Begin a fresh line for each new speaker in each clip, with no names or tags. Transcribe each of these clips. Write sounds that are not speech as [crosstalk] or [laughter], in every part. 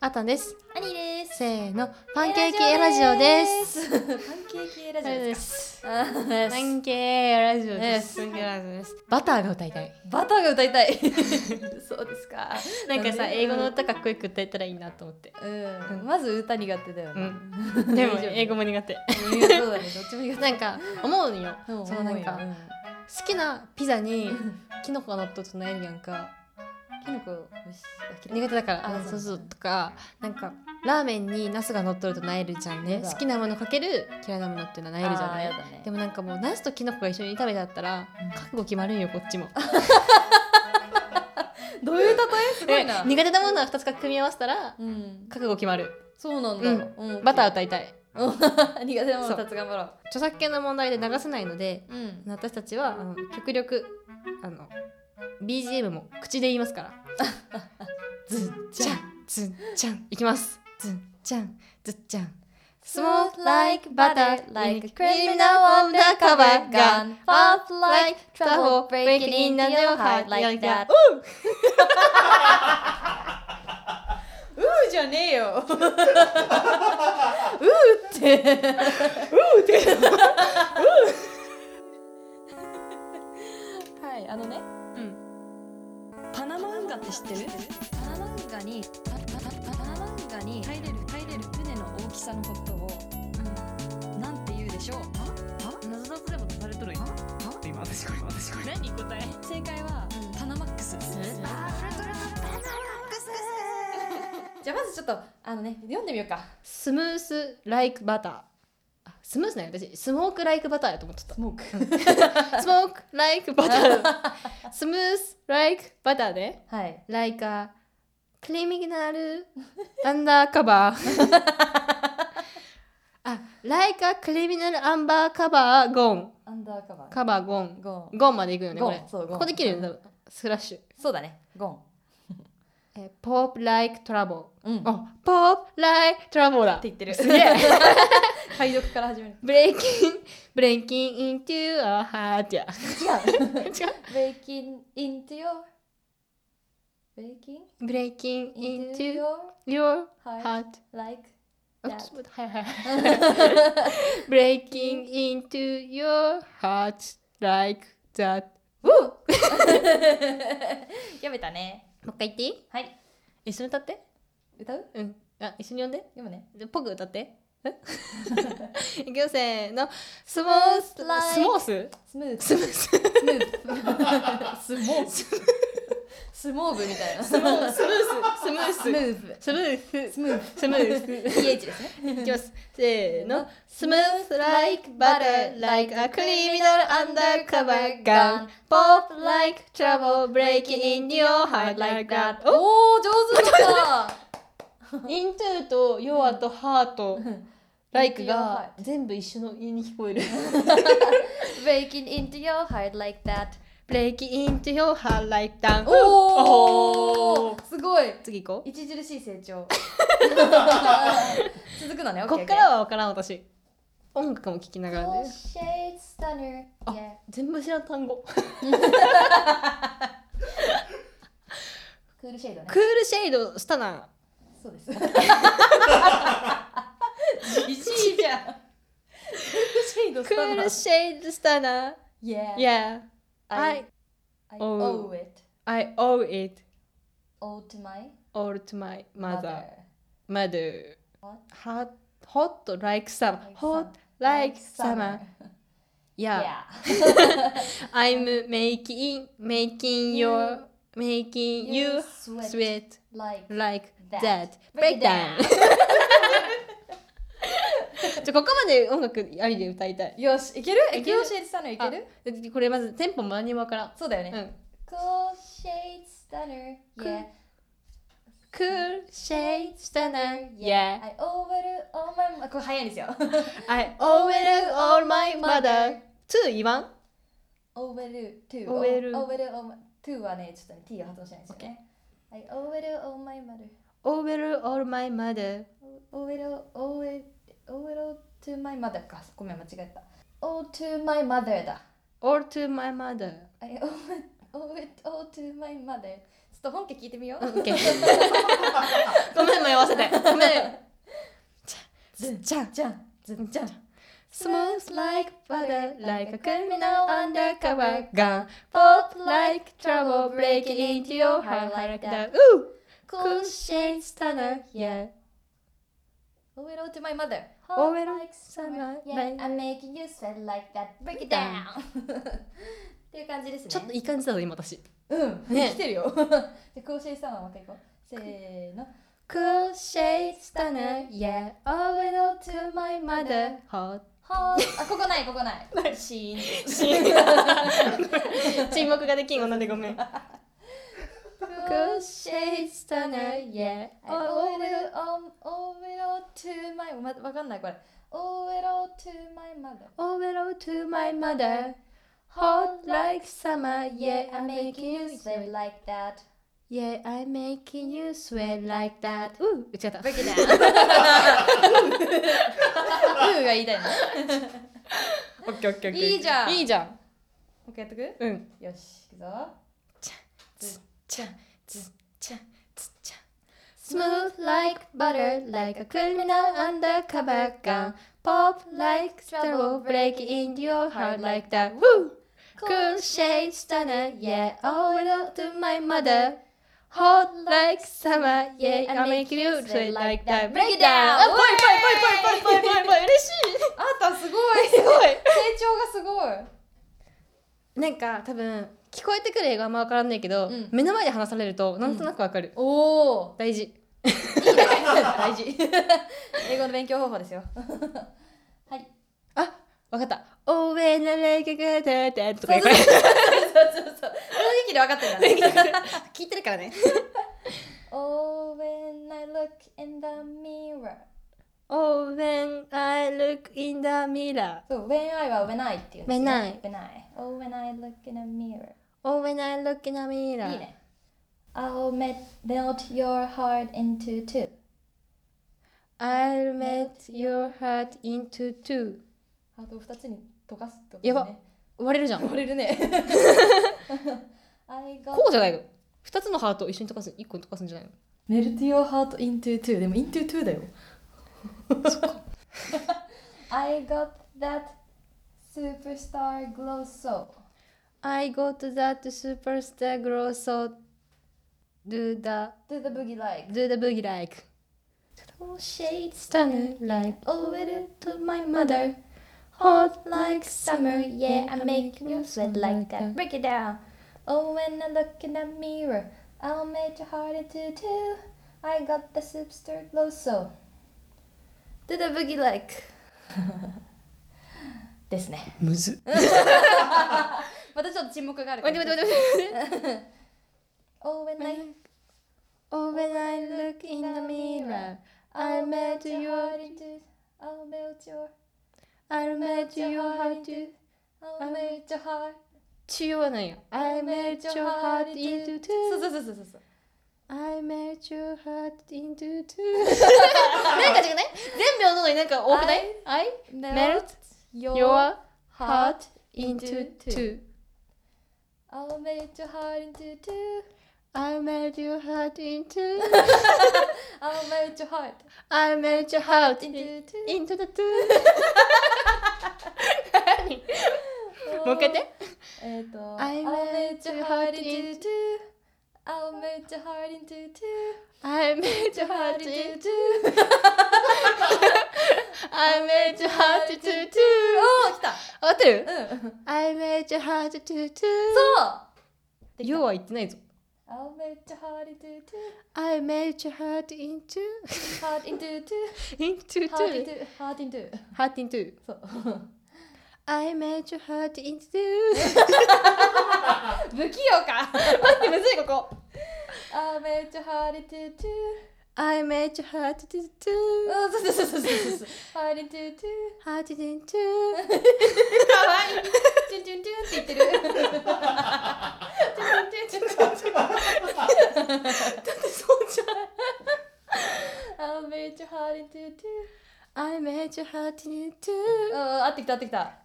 あたんです。
アニーです。
せーの、パンケーキエラジオです。。
す。パンケーキエラジオですすか。あーです
パンケーラジオで
ね
す。パンケーラジオです。
バターが歌いたい。
バターが歌いた [laughs] い。そうですか。
なんかさ、
うん
英語の歌かっこよく歌えたらいいなと思って。
うん。まず歌苦手だよ
う
ね。[laughs]
ん。でも
大丈夫
英語も苦手。
そうだね。どっちも苦
なんか思うのよ。
手。
そうなんか好きなピザにキノコが乗っとったのエリアンか
キノコよし。
苦手だから
あ
あそう
そ
そううとかなんかラーメンにナスが乗っとるとなえるじゃん
や
ね
だ
好きなものかける嫌いなものっていうのはなえるじゃない
あーやだね
でもなんかもうナスとキノコが一緒に炒めてあったら
うん
覚悟決まるんよこっちも
どういう例えすごいな。
苦手なものは2つか組み合わせたら
うん。
覚悟決まる
そうなんだ。うん
バター歌いたい
うん苦手なもの二つ頑張ろう。
著作権の問題で流せないので
うん。
私たちはあの極力あの BGM も口で言いますからずっちゃんずっちゃんいきますずっちゃんずっちゃん
Smooth like butter, like a criminal undercover gun. Pop like trouble, breaking into your heart like that. う [laughs] ーじゃねえ [laughs] よ。うーって。うーって。 [laughs] はい、あのね。
パナマ運河って知ってる？
パナマ運河にパパパパナマ運河に入れる入れる船の大きさのことを、なんて言うでしょう。
謎々でも出されとる。
今私これ私これ
何答え？
正解は、パナマックス。じゃあまずちょっとあのね読んでみようか。
スムースライクバターあスムースね私スモークライクバターやと
[laughs]
思ってた
スモーク。
スモークライクバタ
[laughs]
ースムースライクバターで
はい。
like a criminal undercover [laughs] あ like a criminal undercover gone
アンダーカバー。
cover gone
ゴン。
gone までいくよねこれ
gone そう gone
ここできるよね多分スラッシュ
そうだね。ゴン。
え pop like trouble
うんっ
あ pop like trouble だ
て言ってる。
すげ
[laughs]
え
解読から始める。
breaking [laughs] breaking into a heart
違う。
や違う
breaking into your breaking
[laughs] breaking
into
into
your
your
heart
heart
like [laughs]
あ
that
ちょっと待ってはいはいはい [laughs] Breaking into your heart like that
やめたね。
もう一回言っていい
はい。
一緒に歌って
歌う？
うんあ一緒に読んで
読むね。
でポグ歌って [laughs] えいくよせーのスモース
Smells like-
スモース
スムーズ。
スモース
スムーズ。スモー [laughs] ブ。スモーブみたいな。スモー
スムー [laughs] ス
スムーブ。
スムース
スムーブ。
スムー
PH ですね。
スいきますせーの Smooth like butter, like a criminal undercover gun. Pop like trouble, breaking into your heart like that.
おお上手だった。
イントゥーとヨアとハート、ライクが
Into your heart
全部一緒の家に聞こえる。
breaking into your heart like [laughs] that。
Break into your heart like that.
お
お
おすごい。
次行こう。
著しい成 [laughs] 長続くのね
こっからは分からん私。音楽も聴きながらです。あ全部知らん単語。
クールシェイドね
クールシェイドスタナ
そうです [laughs] じじいじゃんクールシェイド
ー。クールシェイドスタナー。
Yeah
Yeah, I
I, I
owe-
owe it
I owe it
all to my
all to my mother.
mother
Mother.
Hot.
Hot, hot like summer.
Like
Hot
summer.
like summer. Yeah.
Yeah [laughs]
I'm making making
You-
your making you,
You sweat
sweat
Like
like
that.
that,
Break
breakdown [laughs] じゃあここまで音楽ありで歌いたい
よしいける
いける
教えてたのいける
でこれまずテンポも何もわからん、
そうだよ
う
ね
ん、
Cool shade stunner Yeah
Cool shade したな
Yeah I
Yeah
owe it all my あこれ早いんですよ [laughs]
I owe it all my mother to 言わん
OL2
OL
OL2 はねちょっとね T を発音しないですよね、はい、OL all my mother
Owe it all my mother
OL OL OL to my mother かごめん間違えた All to my mother だ
all to my mother
I owe it, owe it all to my mother と本家聞いてみよう。
オッ [laughs] ケーごめん迷わせてごめん
ずんちゃん [laughs] じゃんずんちゃん。
Smooth like butter, like a criminal undercover gun. Pop like trouble, breaking into your heart like that. Ooh! Cool shade stunner, yeah.
Over to my mother.
Over like summer,
Yeah,
like.
I'm making you sweat like that. Break it down. [laughs] っていう感じですね。
ちょっといい感じだぞ、今私。
うん、
ね
来てるよ。じ [laughs] ゃあ、更新したのもう一回行こう。せーの。
Cool shade stunner, yeah. Over to my mother, hot.
ほーあ、ここない、ここ
[laughs]
ない。
シーン。沈黙ができん女でごめん。Cool shade stunner, yeah.
Over it
Over
all, over it all to my まわかんないこれ。Over it all to my mother.
Over to my mother. Hot like summer, yeah, I'm making you
sweat
sweat.
like that.
Yeah, I'm making you sweat like that. うう、違った。
Break it down. うんが言い
[laughs]
たいの。
オッケーオッケーオッケー
いいじゃん
いいじゃん
もう一回やっとく
うん
よし、行くぞ。
ちゃつちゃつちゃ
Smooth like butter, like a criminal undercover gun. Pop like trouble, breaking into your heart like that. Woo! Cool shade stunner, yeah, all it up to my mother. Hot like summer, yeah, I'm making you sweat like that. Break it down! あ、ぽいぽ [laughs] いぽいぽいぽいぽいぽい、嬉しい
あんたすごい。
すごい
成長がす
なんか多分聞こえてくる英語はあんま分からんないけど、
うん
目の前で話されるとなんとなく分かる、
ごい。おお。
大事
大
[laughs]
事。英語の勉強方法ですよ。はい。
あ分かった「おえなれががだだ」とか言う
そう
これ
[laughs] そうそうそうそう。雰囲気で分かってるんだね。
[laughs] 聞いてるからね
Oh, when I look in the mirror.
Oh when I look in the mirror
そう、when I は when I っていうんです
When I
ね。when I. Oh, when I look in the mirror.
Oh when I look in the mirror
いいね。I'll met- melt your heart into two.
I'll melt your heart into two
ハートを二つに溶かすってこと
やば割れるじゃん
割れるね。I got
こうじゃないの2つのハートを一緒に溶かす1個に溶かすんじゃないの
melt your heart into two. でも into two だよ。I got that superstar glow so.
I got that superstar glow so do the
Do the boogie like.
Do the boogie like. Little Oh, shade stunner like over it to my mother. Hot like summer, yeah, I'm making you sweat like that.
Break it down. Oh, when I look in the mirror, I'll make your heart into two. I got the superstar glow so. Do the boogie like. [laughs] ですね。
むず
またちょっと沈黙があるから。
Wait, wait, wait, wait.
Oh, when I
Oh, when I look in the mirror,
I'll
I'll
melt
melt
your
your-
heart into. I'll melt your.
I'll melt
your
your
heart
heart to.
I'll
Um,
melt your heart.
中はないよ。I melt your heart into
そう
two.
そうそうそうそうそう。
I melt your heart into two. [laughs] なんか違くない全部の音になんか多くない ?I melt your heart into two.
I'll melt your heart into two.
I melt your heart into
I'll melt your heart
I melt your heart into
into two.
into the two もう一回やって
えっと、
I
I'll
melt
melt your
your
heart
heart
into
into
two. I'll melt your heart into two.
I melt your
Heart
heart into
into
[laughs]
two.
I melt your heart into two
おー、来た。
合ってる
うん。
I melt your heart into two
そう。
要は言ってないぞ
I'll melt your heart into two.
I melt your heart into
Heart into two.
into
Heart
two
into. Heart into.
heart into
そう。
[laughs] I melt your heart into [laughs] two
不器用
[laughs]
か。
待ってむずいここ
I'll melt your heart into two.
I melt your heart into two
うん、そうそうそうそうそうそう。Heart into two.
heart into [laughs] two
かわいい。チュンチュンチュンって言ってる。
[laughs]
チュンチュンチュンチュン。
そうじゃん
I'll melt your heart into two.
I melt your heart into two
うん、合ってきた合ってきた。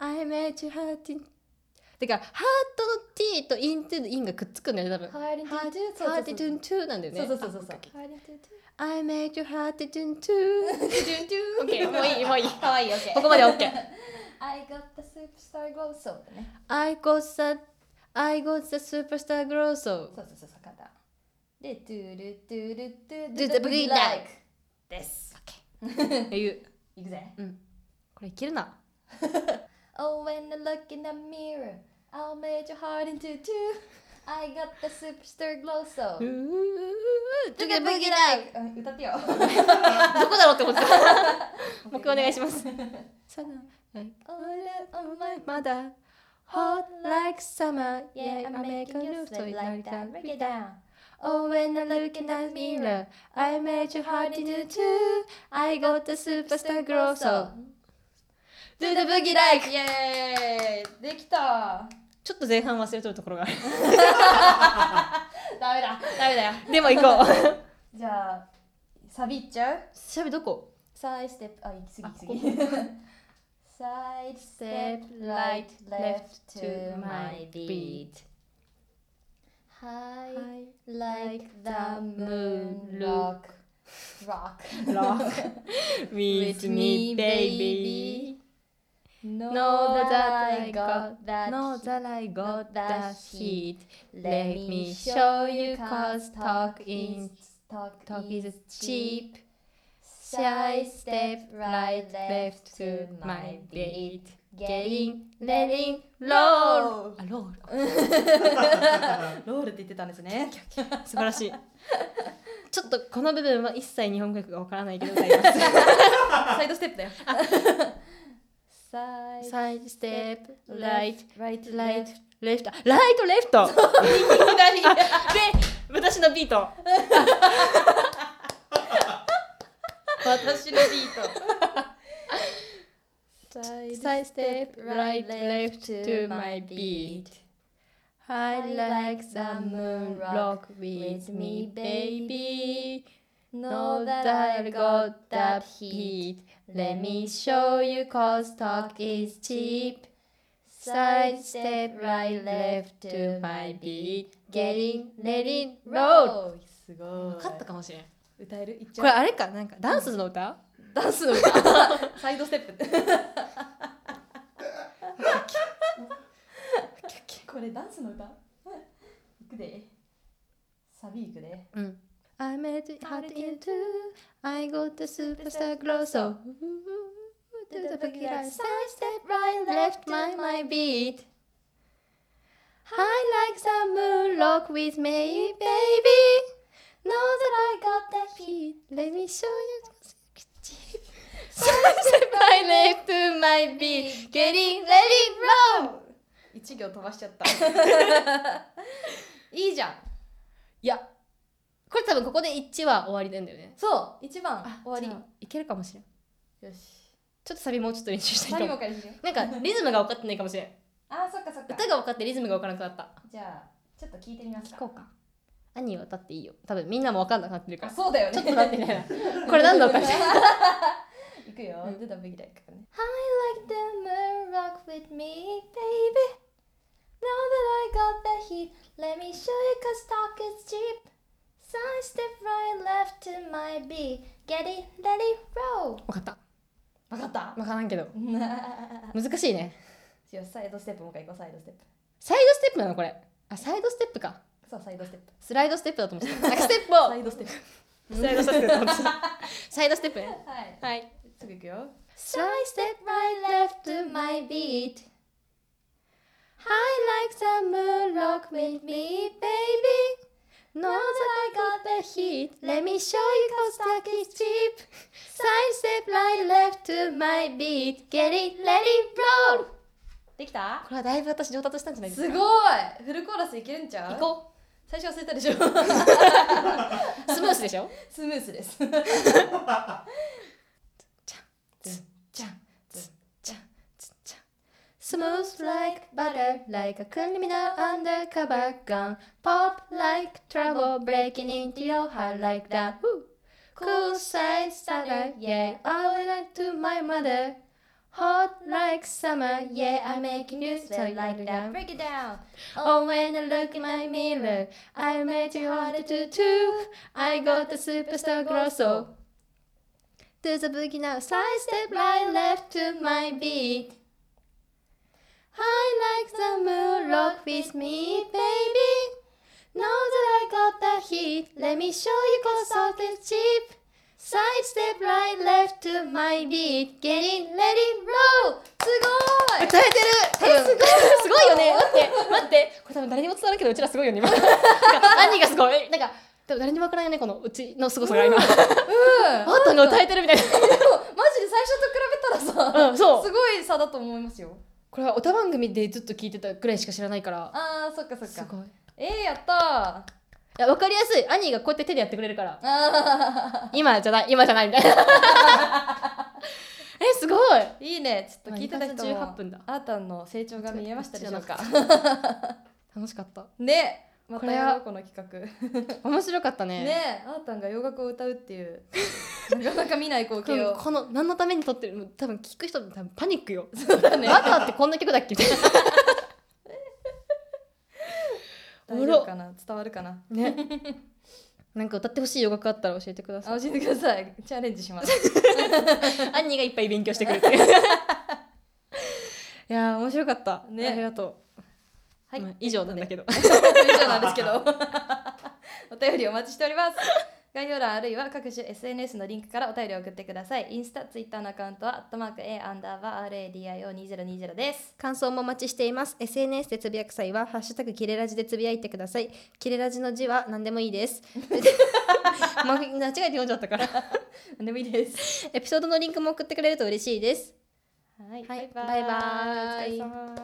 I made you hurt in だからハートの T とイントゥのインがくっつくんだよね多分。
ハーリントゥトゥ
ハーテトゥントゥなんだよね。
そうそうそうそうハーリントゥトゥ
I made your heart to do [laughs] to.
オッケーもういいもういい可愛いオッケー
ここまで OK。
I got the superstar glow so だね
I got the I got the superstar glow so.
そうそうそうそう肩でトゥルトゥルトゥ
Do the boogie like
です
っていう。
いくぜ
うん。これいけるな。
Oh when I look in the mirror I'll make your heart into two I got the superstar glow so
う
Do
ーちょっと
the
ブ
boogie Oh,
ギだ。
like うん歌ってよ
[laughs] どこだろうって思 [laughs] ってた。もう一回お願いします。そうなの。
Oh my
まだ。Hot like summer, yeah, I make a new story like that.
break it down
Oh, when I look in the mirror, I made your heart into two. I got the superstar glow, so
[laughs]
do the boogie like.
イエーイできた
ちょっと前半忘れとるところがある。
ダ [laughs] メだダメだよ
でも行こ [laughs] う。
じゃあサビいっちゃう
しゃべどこ
サイステップあ行き過ぎ
あ
行き過 [laughs] ぎサイステップライトレフト to my beat high like the moon rock rock
Rock
with me baby know that I got that
Know
heat.
that I got that heat.
let me show you cause talk is talk,
Talk
is
is
cheap
cheap.
shy step right left to my beat getting letting roll
あ、
[laughs]
ロール。
ロールって言ってたんですね
素晴
[laughs]
らしい。ちょっとこの部分は一切日本語訳がわからないけど歌い
[laughs]
ます。
サイドステップだよサイド
Side step,
スライ
right,
トライトライ
right,
ト
left. あライト、レフト。
[laughs] 左
で、私のビート。
私のビート
Side step, right, left to my beat. I like the moon rock with me, baby. Know that I got that heat. Let me show you cause talk is cheap. Side step, right, left to my beat. Getting, letting, roll.
すごい
分かったかもしれん。
歌えるいっち
これ
ゃう
あれか、なんかダンスの歌、
ダンスの歌サイドステップこれダンスの歌いくでサビいくで
I made it hard in two. I got the superstar glow, so do the boogie like side step right, left my my beat. I like the moon rock with me, baby. Know that I got the heat. Let me show you. [laughs] Side step right, left to my beat. Getting ready, roll.
一行飛ばしちゃったいいじゃん
いや、これ多分ここで一は終わりなんだよね。
そう一番終
じ
わ
ゃあいけるかもしれん。
りよし
ちょっとサビもうちょっと練習したい
サ
か
ビ
も
も。う一回しよう
なんかリズムが分かってないかもしれん。
あーそっかそっか
歌が分かってリズムが分からなくなった。
じゃあちょっと聞いてみます
聞
か
こうか。兄は歌っていいよ。多分みんなも分かんなくなってるか
あ
ら。
そうだよね
ちょっと待ってね。これ何の
[laughs]
歌
いくよ、出たべきだからね
Mm. like the moon rock with me, baby. Now that I got the heat, let me show you cause talk is cheap. Side step right left to my beat. Get it, let it roll. 分かった。
わかった
分からん
[laughs]
けど。
な
難しいね。
じゃあサイドステップもう一回行こうサイドステップ
サイドステップなのこれ。あ、サイドステップか。
そうサイドステップ
スライドステップだと思ってた。なんかステップを
サイドステップ
サイドステップだと思ってた。サイドステップね。
はい
はい。
すぐ行くよ
So I step right left to my beat. I like the moon rock with me, baby. Know that I got the heat. Let me show you cause stuck is cheap. Side step right left to my beat. Get it, let it roll.
できた
これはだいぶ私上達したんじゃないです
す
か
ごいフルコーラスいけるんちゃう
行こ
最初忘れたでしょ
う。スムースでしょ
スムースです
ちゃんつんちゃんつんちゃん
Smooth like butter, like a criminal undercover gun. Pop like trouble, breaking into your heart like that. Woo. Cool side starter, yeah, I will like to my mother. Hot like summer, yeah, I make you sweat like that.
Break it down.
Oh, when I look in my mirror, I made you harder to do. I got the superstar grosso. Do the boogie now, side step right, left to my beat. High like the moon, rock with me, baby. Know that I got the heat, let me show you cause out is cheap. Side step right, left to my beat. Get in, let it roll!
すごい
歌えてる
えすごい
すごいよね待って待ってこれ多分誰にも伝わるけどうちらすごいよ [laughs] ね今なんか兄がすごいなんか多分誰にもわからないねこのうちのすごさが今あ
うん
ーたんが歌えてるみたい
でもマジで最初と比べたらさ、
なうんそう
すごい差だと思いますよ
これは歌番組でずっと聞いてたぐらいしか知らないから
あーそっかそっ
す
か
ごいい
えー、やったーあ
やわかりやすい兄がこうやって手でやってくれるから
あ
今じゃない今じゃないみたいな [laughs] えすごい
ーいいねちょっと聞いてた
ま
人
あ二月18
も
分だ
あーたんの成長が見えましたでしょうか
楽しかった
[laughs] ねま
こ
た
れは
やろうこの企画
面白かったね
ねあーたんが洋楽を歌うって [laughs] いうなかなか見ない光
多
景
分
を
この何のために撮ってるの多分聞く人多分パニックよ
そうだね
バターってこんな曲だっけみたいな
大丈夫かな伝わるかな
ね。なんか歌ってほしい洋楽あったら教えてください。
あ教えてくださいチャレンジします [laughs]
アンニがいっぱい勉強してくれて。いやー面白かった。
ね
ありがとう。
はい
まあ以上なんだけど。
以上なんですけどお便りお待ちしており [laughs] ます概要欄あるいは各種 SNS のリンクからお便りを送ってくださいインスタツイッターのアカウントはアットマーク A アンダーバー RADIO2020 です
感想もお待ちしています。SNS でつぶやく際は、ハッシュタグキレラジでつぶやいてください。キレラジの字は何でもいいです。ま間違えて読んじゃったから。
何でもいいです
エピソードのリンクも送ってくれると嬉しいです。
はい
はい
バイバ
バ
イ
イバイ
お疲れ様